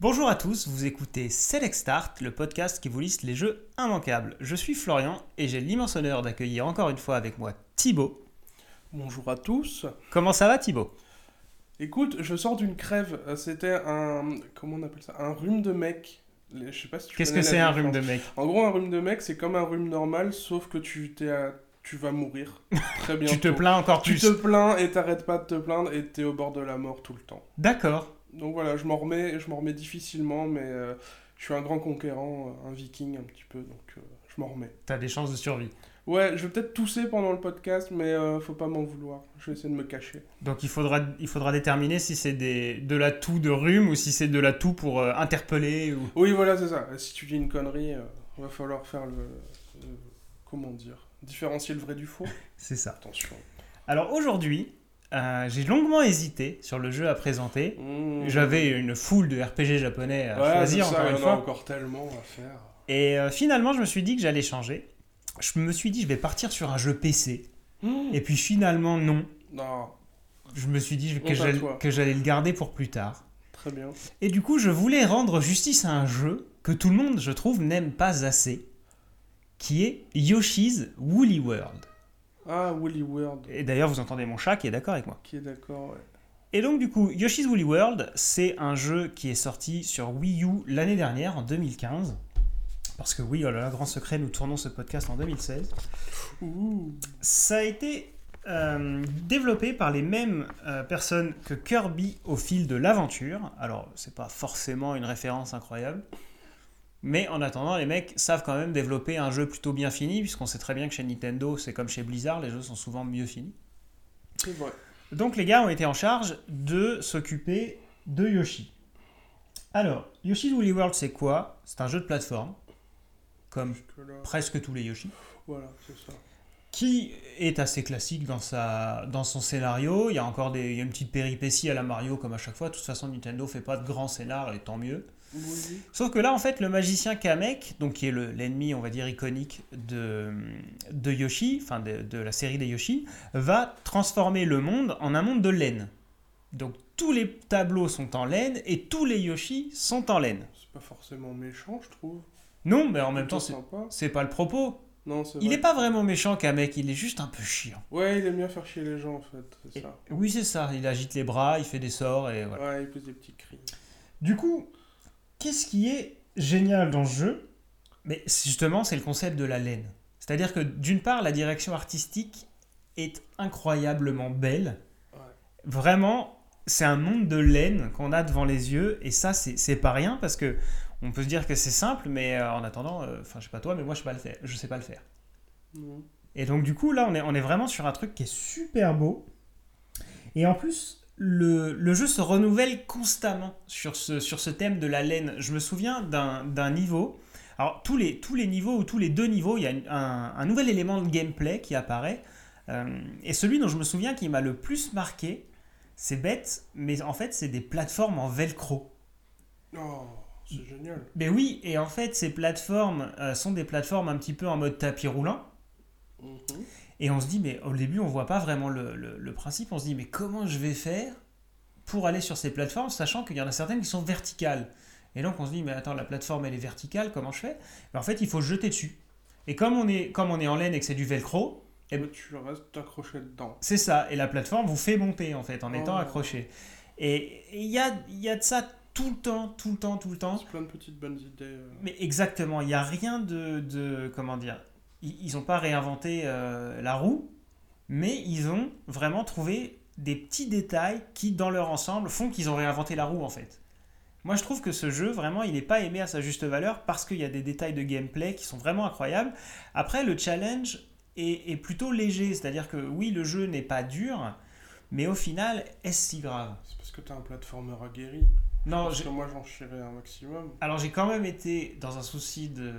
Bonjour à tous, vous écoutez Select Start, le podcast qui vous liste les jeux immanquables. Je suis Florian et j'ai l'immense honneur d'accueillir encore une fois avec moi Thibaut. Bonjour à tous. Comment ça va Thibaut Écoute, je sors d'une crève. Euh, C'était un. Comment on appelle ça Un rhume de mec. Les- Je sais pas si tu Qu'est-ce que connais c'est la un rhume de mec En gros, un rhume de mec, c'est comme un rhume normal, sauf que tu, t'es à- tu vas mourir. Très bien. Tu te plains encore Tu plus te plains et t'arrêtes pas de te plaindre et t'es au bord de la mort tout le temps. D'accord. Donc voilà, je m'en remets, je m'en remets difficilement, mais euh, je suis un grand conquérant, euh, un viking un petit peu, donc euh, je m'en remets. T'as des chances de survie. Ouais, je vais peut-être tousser pendant le podcast, mais euh, faut pas m'en vouloir. Je vais essayer de me cacher. Donc il faudra, il faudra déterminer si c'est des, de la toux de rhume ou si c'est de la toux pour euh, interpeller ou... Oui, voilà, c'est ça. Si tu dis une connerie, euh, va falloir faire le. le- comment dire Différencier le vrai du faux. C'est ça. Attention. Alors aujourd'hui, euh, j'ai longuement hésité sur le jeu à présenter. Mmh. J'avais une foule de RPG japonais à Ouais, c'est choisir ça, encore il y une en a fois. encore tellement à faire. Et euh, finalement, je me suis dit que j'allais changer. Je me suis dit, je vais partir sur un jeu PC. Et puis finalement, non. Non, Je me suis dit que Honte à j'allais- toi. que j'allais le garder pour plus tard. très bien. Et du coup, je voulais rendre justice à un jeu que tout le monde, je trouve, n'aime pas assez, qui est Yoshi's Woolly World. Ah, Willy World, Et d'ailleurs, vous entendez mon chat qui est d'accord avec moi. qui est d'accord. ouais. Et donc, du coup, Yoshi's Woolly World, c'est un jeu qui est sorti sur Wii U l'année dernière, en 2015. Parce que oui, oh là là, grand secret, nous tournons ce podcast en 2016. Ouh. Ça a été euh, développé par les mêmes euh, personnes que Kirby au fil de l'aventure. Alors, c'est pas forcément une référence incroyable. Mais en attendant, les mecs savent quand même développer un jeu plutôt bien fini, puisqu'on sait très bien que chez Nintendo, c'est comme chez Blizzard, les jeux sont souvent mieux finis. C'est vrai. Donc les gars ont été en charge de s'occuper de Yoshi. Alors, Yoshi's Woolly World, c'est quoi C'est un jeu de plateforme, comme Jusque-là, presque tous les Yoshi Voilà, c'est ça. qui est assez classique dans, sa, dans son scénario. Il y a encore des, il y a une petite péripétie à la Mario comme à chaque fois. De toute façon, Nintendo fait pas de grands scénars et tant mieux. Willy. Sauf que là, en fait, le magicien Kamek, donc qui est le- l'ennemi, on va dire, iconique de, de Yoshi, enfin de, de la série des Yoshi, va transformer le monde en un monde de laine. Donc tous les tableaux sont en laine et tous les Yoshi sont en laine. C'est pas forcément méchant, je trouve. Non, mais en même temps, c'est c'est- sympa. c'est pas le propos. Non, c'est Il vrai. est pas vraiment méchant, Kamek, il est juste un peu chiant. Ouais, il aime bien faire chier les gens en fait, c'est Et- ça. Oui, c'est ça. Il agite les bras, il fait des sorts et voilà. Ouais, il pose des petits cris. Du coup, qu'est-ce qui est génial dans ce jeu Mais c'est- justement, c'est le concept de la laine. C'est-à-dire que d'une part, la direction artistique est incroyablement belle. Ouais. Vraiment, c'est un monde de laine qu'on a devant les yeux et ça, c'est c'est pas rien parce que on peut se dire que c'est simple, mais euh, en attendant, euh, enfin, je sais pas toi, mais moi, je sais pas le faire. Je sais pas le faire. Non. Et donc du coup, là, on est, on est vraiment sur un truc qui est super beau. Et en plus, le, le jeu se renouvelle constamment sur ce, sur ce thème de la laine. Je me souviens d'un d'un niveau. Alors tous les, tous les niveaux ou tous les deux niveaux, il y a une- un, un nouvel élément de gameplay qui apparaît. Euh, et celui dont je me souviens qui m'a le plus marqué, c'est bête, mais en fait c'est des plateformes en velcro. Oh, c'est génial. Mais oui, et en fait ces plateformes euh, sont des plateformes un petit peu en mode tapis roulant. Mhm. Et on se dit, mais au début, on voit pas vraiment le, le- le principe. On se dit, mais comment je vais faire pour aller sur ces plateformes, sachant qu'il y en a certaines qui sont verticales Et donc, on se dit, mais attends, la plateforme, elle est verticale, comment je fais Ben, En fait, il faut se jeter dessus. Et comme on est, comme on est en laine et que c'est du velcro, Eh ben- Toi, tu restes accroché dedans. c'est ça. Et la plateforme vous fait monter, en fait, en étant Oh. accroché. Et et il y a, il y a de ça tout le temps, tout le temps, tout le temps. C'est plein de petites bonnes idées. euh. Mais exactement, il n'y a rien de, de- Comment dire i- Ils n'ont pas réinventé euh, la roue, mais ils ont vraiment trouvé des petits détails qui, dans leur ensemble, font qu'ils ont réinventé la roue en fait. Moi je trouve que ce jeu, vraiment, il n'est pas aimé à sa juste valeur parce qu'il y a des détails de gameplay qui sont vraiment incroyables. Après, le challenge est, est plutôt léger, c'est-à-dire que oui, le jeu n'est pas dur, mais au final, est-ce si grave C'est parce que t'es un platformer aguerri. Non, Parce j'ai- que moi, j'en chierais un maximum. Alors j'ai quand même été dans un souci de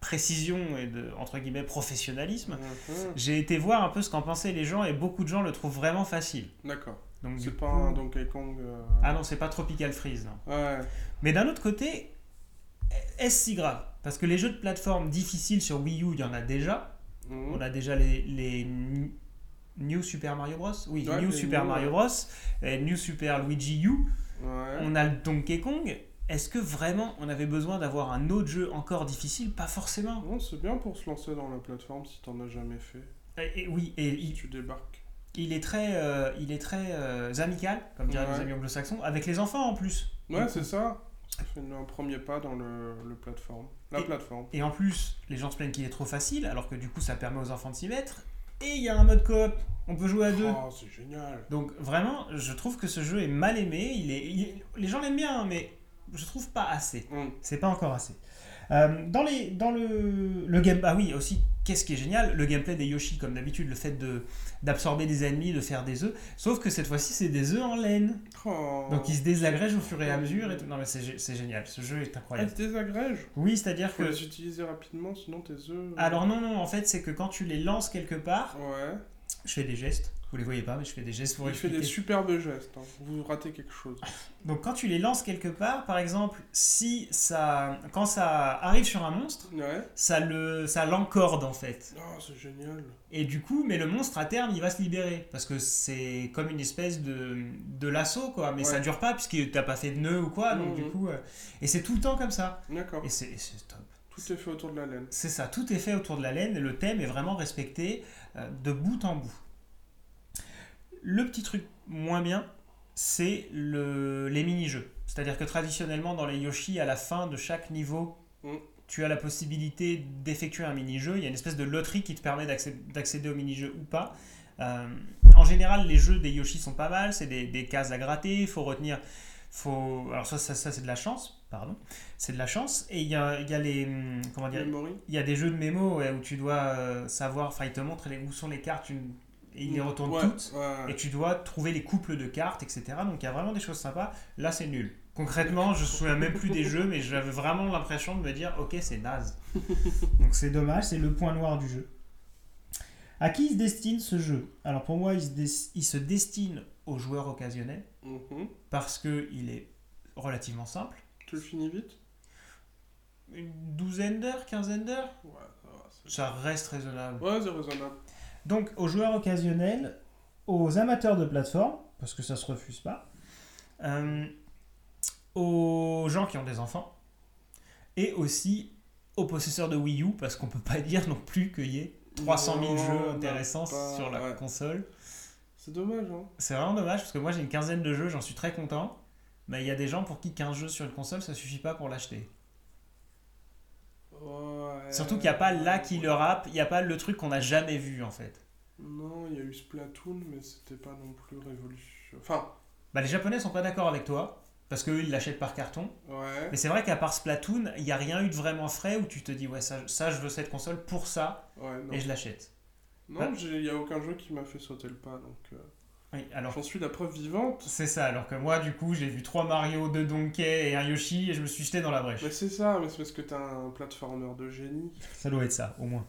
précision et de, entre guillemets, professionnalisme, Mhm. j'ai été voir un peu ce qu'en pensaient les gens et beaucoup de gens le trouvent vraiment facile. D'accord. Donc, du C'est pas coup- un Donkey Kong. euh, Ah non, c'est pas Tropical Freeze, non. Ouais. Mais d'un autre côté, est-ce si grave Parce que les jeux de plateforme difficiles sur Wii U, il y en a déjà. Mhm. On a déjà les, les N- New Super Mario Bros. Oui, Ouais, New les Super New, Mario Bros. et New Super Luigi U. Ouais. On a le Donkey Kong. Est-ce que vraiment on avait besoin d'avoir un autre jeu encore difficile Pas forcément. Non, c'est bien pour se lancer dans la plateforme si t'en as jamais fait. Et, et oui, et Si il, tu débarques. il est très, euh, il est très euh, amical, comme diraient Ouais. nos amis anglo-saxons, avec les enfants en plus. Ouais, coup- c'est ça. Ça fait un premier pas dans le, le plateforme. La Et- plateforme. Et en plus, les gens se plaignent qu'il est trop facile, alors que du coup, ça permet aux enfants de s'y mettre. Et il y a un mode coop, on peut jouer à deux. Oh, c'est génial. Donc vraiment, je trouve que ce jeu est mal aimé. Il est, il- les gens l'aiment bien, hein, mais je trouve pas assez. Hum. C'est pas encore assez. Euh, dans les, dans le, le game, ah oui, aussi, qu'est-ce qui est génial Le gameplay des Yoshi, comme d'habitude, le fait de d'absorber des ennemis, de faire des œufs. Sauf que cette fois-ci, c'est des œufs en laine. Oh. Donc ils se désagrègent au fur et à mesure. Et tout. Non mais c'est gé- c'est génial. Ce jeu est Ah, incroyable. tu désagrèges Oui, c'est-à-dire Faut que les utiliser rapidement, sinon tes œufs. Alors non, non, en fait, c'est que quand tu les lances quelque part, Ouais. je fais des gestes. Vous les voyez pas, mais je fais des gestes pour Il fait expliquer. des superbes gestes. hein. Vous ratez quelque chose. Donc quand tu les lances quelque part, par exemple, si ça, quand ça arrive sur un monstre, Ouais. ça le, ça l'encorde en fait. Oh, c'est génial. Et du coup, mais le monstre à terme, il va se libérer parce que c'est comme une espèce de, de lasso quoi. Mais ça Ouais. dure pas puisque t'as pas fait de nœud ou quoi. Donc Mhm. du coup, euh, et c'est tout le temps comme ça. D'accord. Et c'est- et c'est top. Tout est fait autour de la laine. C'est ça, tout est fait autour de la laine et le thème est vraiment respecté euh, de bout en bout. Le petit truc moins bien, c'est le, les mini-jeux. C'est-à-dire que traditionnellement, dans les Yoshi, à la fin de chaque niveau, Mm. tu as la possibilité d'effectuer un mini-jeu. Il y a une espèce de loterie qui te permet d'accé- d'accéder au mini-jeu ou pas. Euh, en général, les jeux des Yoshi sont pas mal, c'est des, des cases à gratter, il faut retenir. Faut... Alors, ça, ça, ça, c'est de la chance, pardon. C'est de la chance. Et il y a, il y a les. hum, Comment dire Memory. il y a des jeux de mémo ouais, où tu dois euh, savoir, enfin, il te montre les- où sont les cartes, tu- et il les retourne Mm, Ouais, toutes, ouais. et tu dois trouver les couples de cartes, etc. Donc il y a vraiment des choses sympas. Là, c'est nul. Concrètement, je me souviens même plus des jeux, mais j'avais vraiment l'impression de me dire, ok, c'est naze. Donc c'est dommage, c'est le point noir du jeu. À qui il se destine ce jeu Alors pour moi, il se, des- il se destine aux joueurs occasionnels, Mhm. parce qu'il est relativement simple. Tu le finis vite Une douzaine d'heures, quinzaine d'heures, Ouais, ça va. c'est- ça reste raisonnable. Ouais, c'est raisonnable. Donc aux joueurs occasionnels, aux amateurs de plateforme, parce que ça se refuse pas, euh, aux gens qui ont des enfants, et aussi aux possesseurs de Wii U, parce qu'on peut pas dire non plus qu'il y ait 300 000 Non, jeux non, intéressants pas- sur la ouais. console. C'est dommage, hein. C'est vraiment dommage, parce que moi j'ai une quinzaine de jeux, j'en suis très content. Mais il y a des gens pour qui 15 jeux sur une console, ça suffit pas pour l'acheter. Ouais. Surtout qu'il n'y a pas là qui le rappe, il n'y a pas le truc qu'on n'a jamais vu en fait. Non, il y a eu Splatoon, mais c'était pas non plus révolution. Enfin, Bah, les Japonais sont pas d'accord avec toi, parce qu'eux ils l'achètent par carton. ouais. Mais c'est vrai qu'à part Splatoon, il n'y a rien eu de vraiment frais où tu te dis, ouais, ça, ça, je veux cette console pour ça Ouais, non. et je l'achète. Non, j'ai- il n'y a aucun jeu qui m'a fait sauter le pas, donc... euh, Oui, alors J'en suis la preuve vivante. c'est ça, alors que moi, du coup, j'ai vu trois Mario, deux Donkey et un Yoshi et je me suis jeté dans la brèche. Mais c'est ça, mais c'est parce que t'es un platformer de génie. Ça doit être ça, au moins.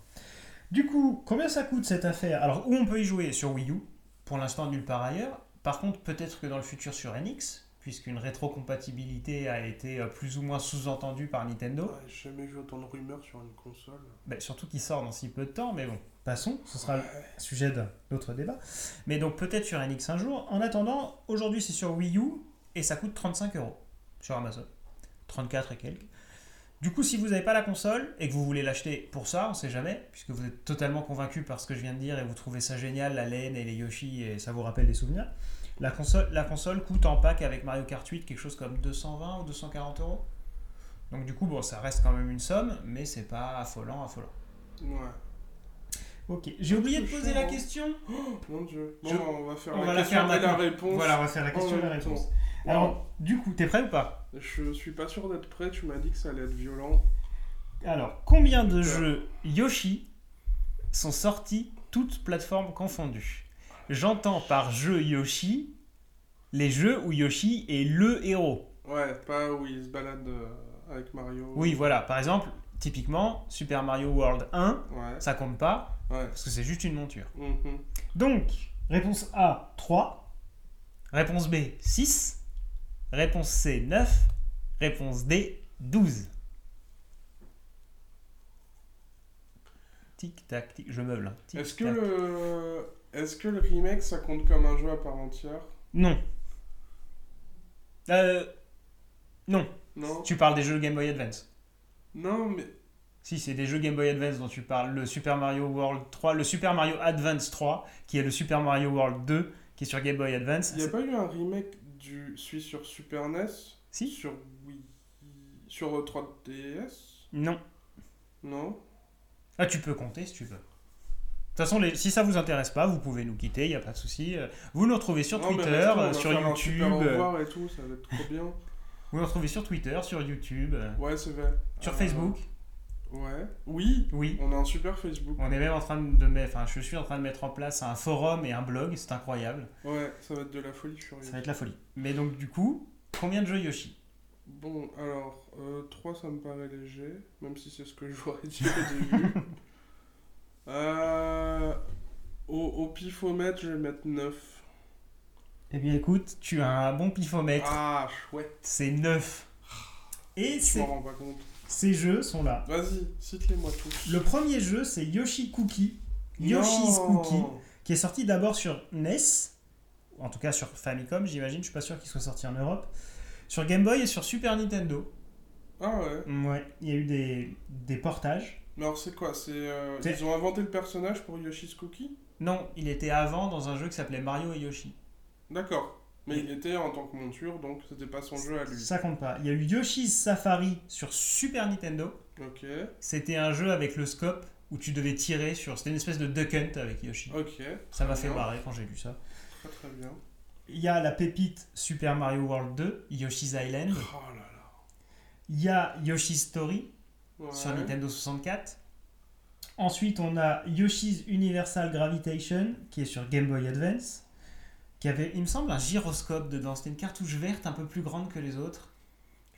Du coup, combien ça coûte cette affaire Alors, où on peut y jouer Sur Wii U, pour l'instant nulle part ailleurs. Par contre, peut-être que dans le futur sur NX, puisqu'une rétrocompatibilité a été euh, plus ou moins sous-entendue par Nintendo. Ouais, Ah, J'ai jamais vu autant de rumeurs sur une console. Bah, surtout qu'il sort dans si peu de temps, mais bon, passons, ce sera Ouais. sujet d'un autre débat. Mais donc peut-être sur NX un jour. En attendant, aujourd'hui c'est sur Wii U et ça coûte 35 euros sur Amazon. 34 et quelques. Du coup, si vous n'avez pas la console et que vous voulez l'acheter pour ça, on sait jamais, puisque vous êtes totalement convaincu par ce que je viens de dire et vous trouvez ça génial, la laine et les Yoshi, et ça vous rappelle des souvenirs, la console, la console coûte en pack avec Mario Kart 8 quelque chose comme 220 ou 240 euros. Donc du coup, bon, ça reste quand même une somme, mais c'est pas affolant, affolant. Ouais. Ok, j'ai oublié de cher, poser la hein. question. Mon dieu. Bon, Je- bah, on va faire on la va la question faire et la maintenant. réponse. Voilà, on va faire la question et la même temps. réponse. Alors, du coup, t'es prêt ou pas Je suis pas sûr d'être prêt, tu m'as dit que ça allait être violent. Alors, combien de Ouais. jeux Yoshi sont sortis toutes plateformes confondues J'entends par jeu Yoshi les jeux où Yoshi est le héros. Ouais, pas où il se balade euh, avec Mario. Oui, voilà, par exemple, Typiquement, Super Mario World 1, Ouais. ça compte pas, Ouais. parce que c'est juste une monture. Mhm. Donc, réponse A, 3. Réponse B, 6. Réponse C, 9. Réponse D, 12. Tic tac, tic, je meuble. hein. Tic, Est-ce que tac. le est-ce que le remake ça compte comme un jeu à part entière Non. Euh, non, Non. tu parles des jeux Game Boy Advance. Non, mais Si, c'est des jeux Game Boy Advance dont tu parles. Le Super Mario World 3, le Super Mario Advance 3, qui est le Super Mario World 2, qui est sur Game Boy Advance. il n'y a pas eu un remake du celui sur Super NES Si Sur Wii Sur euh, 3DS Non. Non Ah, tu peux compter si tu veux. De toute façon, les- si ça vous intéresse pas, vous pouvez nous quitter, il n'y a pas de souci. Euh, Vous nous retrouvez sur Non, mais Twitter, restons, on euh, va sur faire un YouTube. super au euh, revoir et tout, ça va être trop bien. Vous nous retrouvez sur Twitter, sur YouTube, euh, Ouais, c'est vrai. sur Euh, Facebook. Ouais. Oui, Oui. on a un super Facebook. On est même en train de mettre, enfin, je suis en train de mettre en place un forum et un blog, c'est incroyable. Ouais, ça va être de la folie Ça furieuse. va être la folie. Mais donc, du coup, combien de jeux Yoshi Bon, alors, 3 ça me paraît léger, même si c'est ce que j'aurais dit au début. Euh, au, au pifomètre, je vais mettre 9. Eh bien, écoute, tu as un bon pifomètre, Ah, chouette, c'est 9. Et je m'en c'est- rends pas compte. ces jeux sont là. Vas-y, cite-les-moi tous. Le premier jeu, c'est Yoshi Cookie. Yoshi's Non. Cookie. qui est sorti d'abord sur NES, en tout cas sur Famicom, j'imagine, je suis pas sûr qu'il soit sorti en Europe, sur Game Boy et sur Super Nintendo. Ah ouais. Ouais, il y a eu des, des portages. Mais alors, c'est quoi c'est, euh, C'est- Ils ont inventé le personnage pour Yoshi's Cookie Non, il était avant dans un jeu qui s'appelait Mario et Yoshi. D'accord. Mais il était en tant que monture, donc c'était pas son jeu à lui. Ça compte pas. Il y a eu Yoshi's Safari sur Super Nintendo. Ok, C'était un jeu avec le scope où tu devais tirer sur. C'était une espèce de Duck Hunt avec Yoshi. ok, Ça m'a fait bien. marrer quand j'ai lu ça. très très bien. Il y a la pépite Super Mario World 2, Yoshi's Island. Oh là là. Il y a Yoshi's Story, Ouais. sur Nintendo 64. Ensuite, on a Yoshi's Universal Gravitation, qui est sur Game Boy Advance, qui avait, il me semble, un gyroscope dedans. C'était une cartouche verte un peu plus grande que les autres.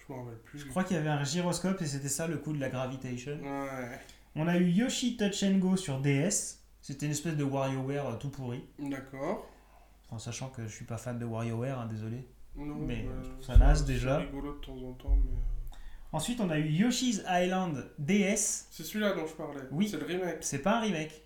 Je m'en rappelle plus. Je crois qu'il y avait un gyroscope et c'était ça le coup de la Gravitation. Ouais, On a eu Yoshi Touch and Go sur DS. C'était une espèce de WarioWare euh, tout pourri. d'accord. En sachant que je suis pas fan de WarioWare, hein, désolé. Non, Mais, bah, euh, je trouve ça naze, c'est déjà. rigolo de temps en temps, mais. euh, Ensuite, on a eu Yoshi's Island DS. C'est celui-là dont je parlais. Oui. C'est le remake. C'est pas un remake,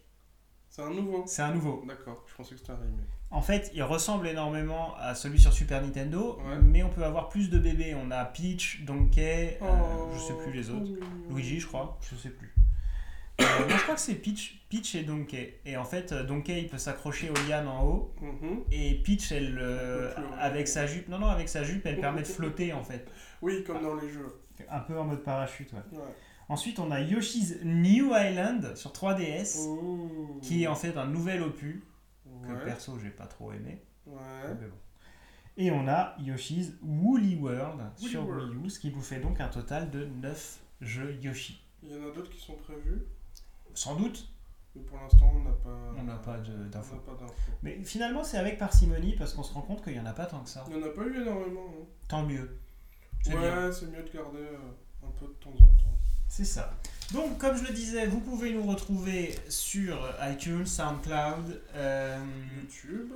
C'est un nouveau. c'est un nouveau. D'accord, je pensais que c'était un remake. En fait, il ressemble énormément à celui sur Super Nintendo, Ouais. mais on peut avoir plus de bébés. On a Peach, Donkey, euh, Oh. je sais plus les trop autres. mignon. Luigi, je crois, je sais plus. Euh, moi, je crois que c'est Peach, Peach et Donkey. Et en fait, euh, Donkey, il peut s'accrocher aux lianes en haut. Mhm. Et Peach, elle, euh, Peut plus, ouais. avec sa jupe, non, non, avec sa jupe, elle permet de flotter en fait. Oui, comme dans les jeux. Un peu en mode parachute, ouais. Ouais. Ensuite, on a Yoshi's New Island sur 3DS, Ouh. qui est en fait un nouvel opus que Oh. Ouais. perso, j'ai pas trop aimé. Ouais. Mais bon. Et on a Yoshi's Woolly World Woolly sur World. Wii U, ce qui vous fait donc un total de 9 jeux Yoshi. Il y en a d'autres qui sont prévus, Sans doute, mais pour l'instant, on n'a pas. on n'a pas de- on d'infos. n'a pas d'infos. Mais finalement, c'est avec parcimonie parce qu'on se rend compte qu'il n'y en a pas tant que ça. Il n'y en a pas eu énormément. hein. Tant mieux. C'est bien. Ouais, c'est mieux de garder euh, un peu de temps en temps. C'est ça. Donc, comme je le disais, vous pouvez nous retrouver sur iTunes, SoundCloud, euh, YouTube,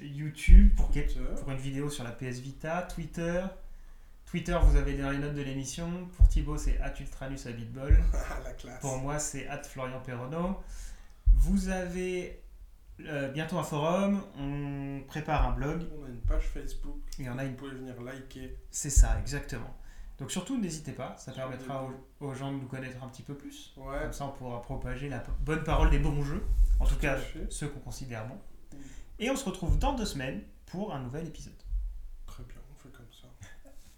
YouTube pour, quel- Twitter. pour une vidéo sur la PS Vita, Twitter. Twitter, vous avez dans les notes de l'émission. Pour Thibaut, c'est Atultranus à Bitball. Ah, la classe. Pour moi, c'est at Florian Perrono. Vous avez euh, bientôt un forum, on prépare un blog, On a une page Facebook. il y en a Vous une. pouvez venir liker. C'est ça, exactement. Donc surtout, n'hésitez pas, ça permettra aux, aux gens de nous connaître un petit peu plus. Ouais. Comme ça, on pourra propager la bonne parole des bons jeux, en tout Tout à cas fait. Mm. ceux qu'on considère bons. Oui. Et on se retrouve dans deux semaines pour un nouvel épisode. Très bien, on fait comme ça.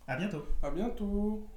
À bientôt À bientôt.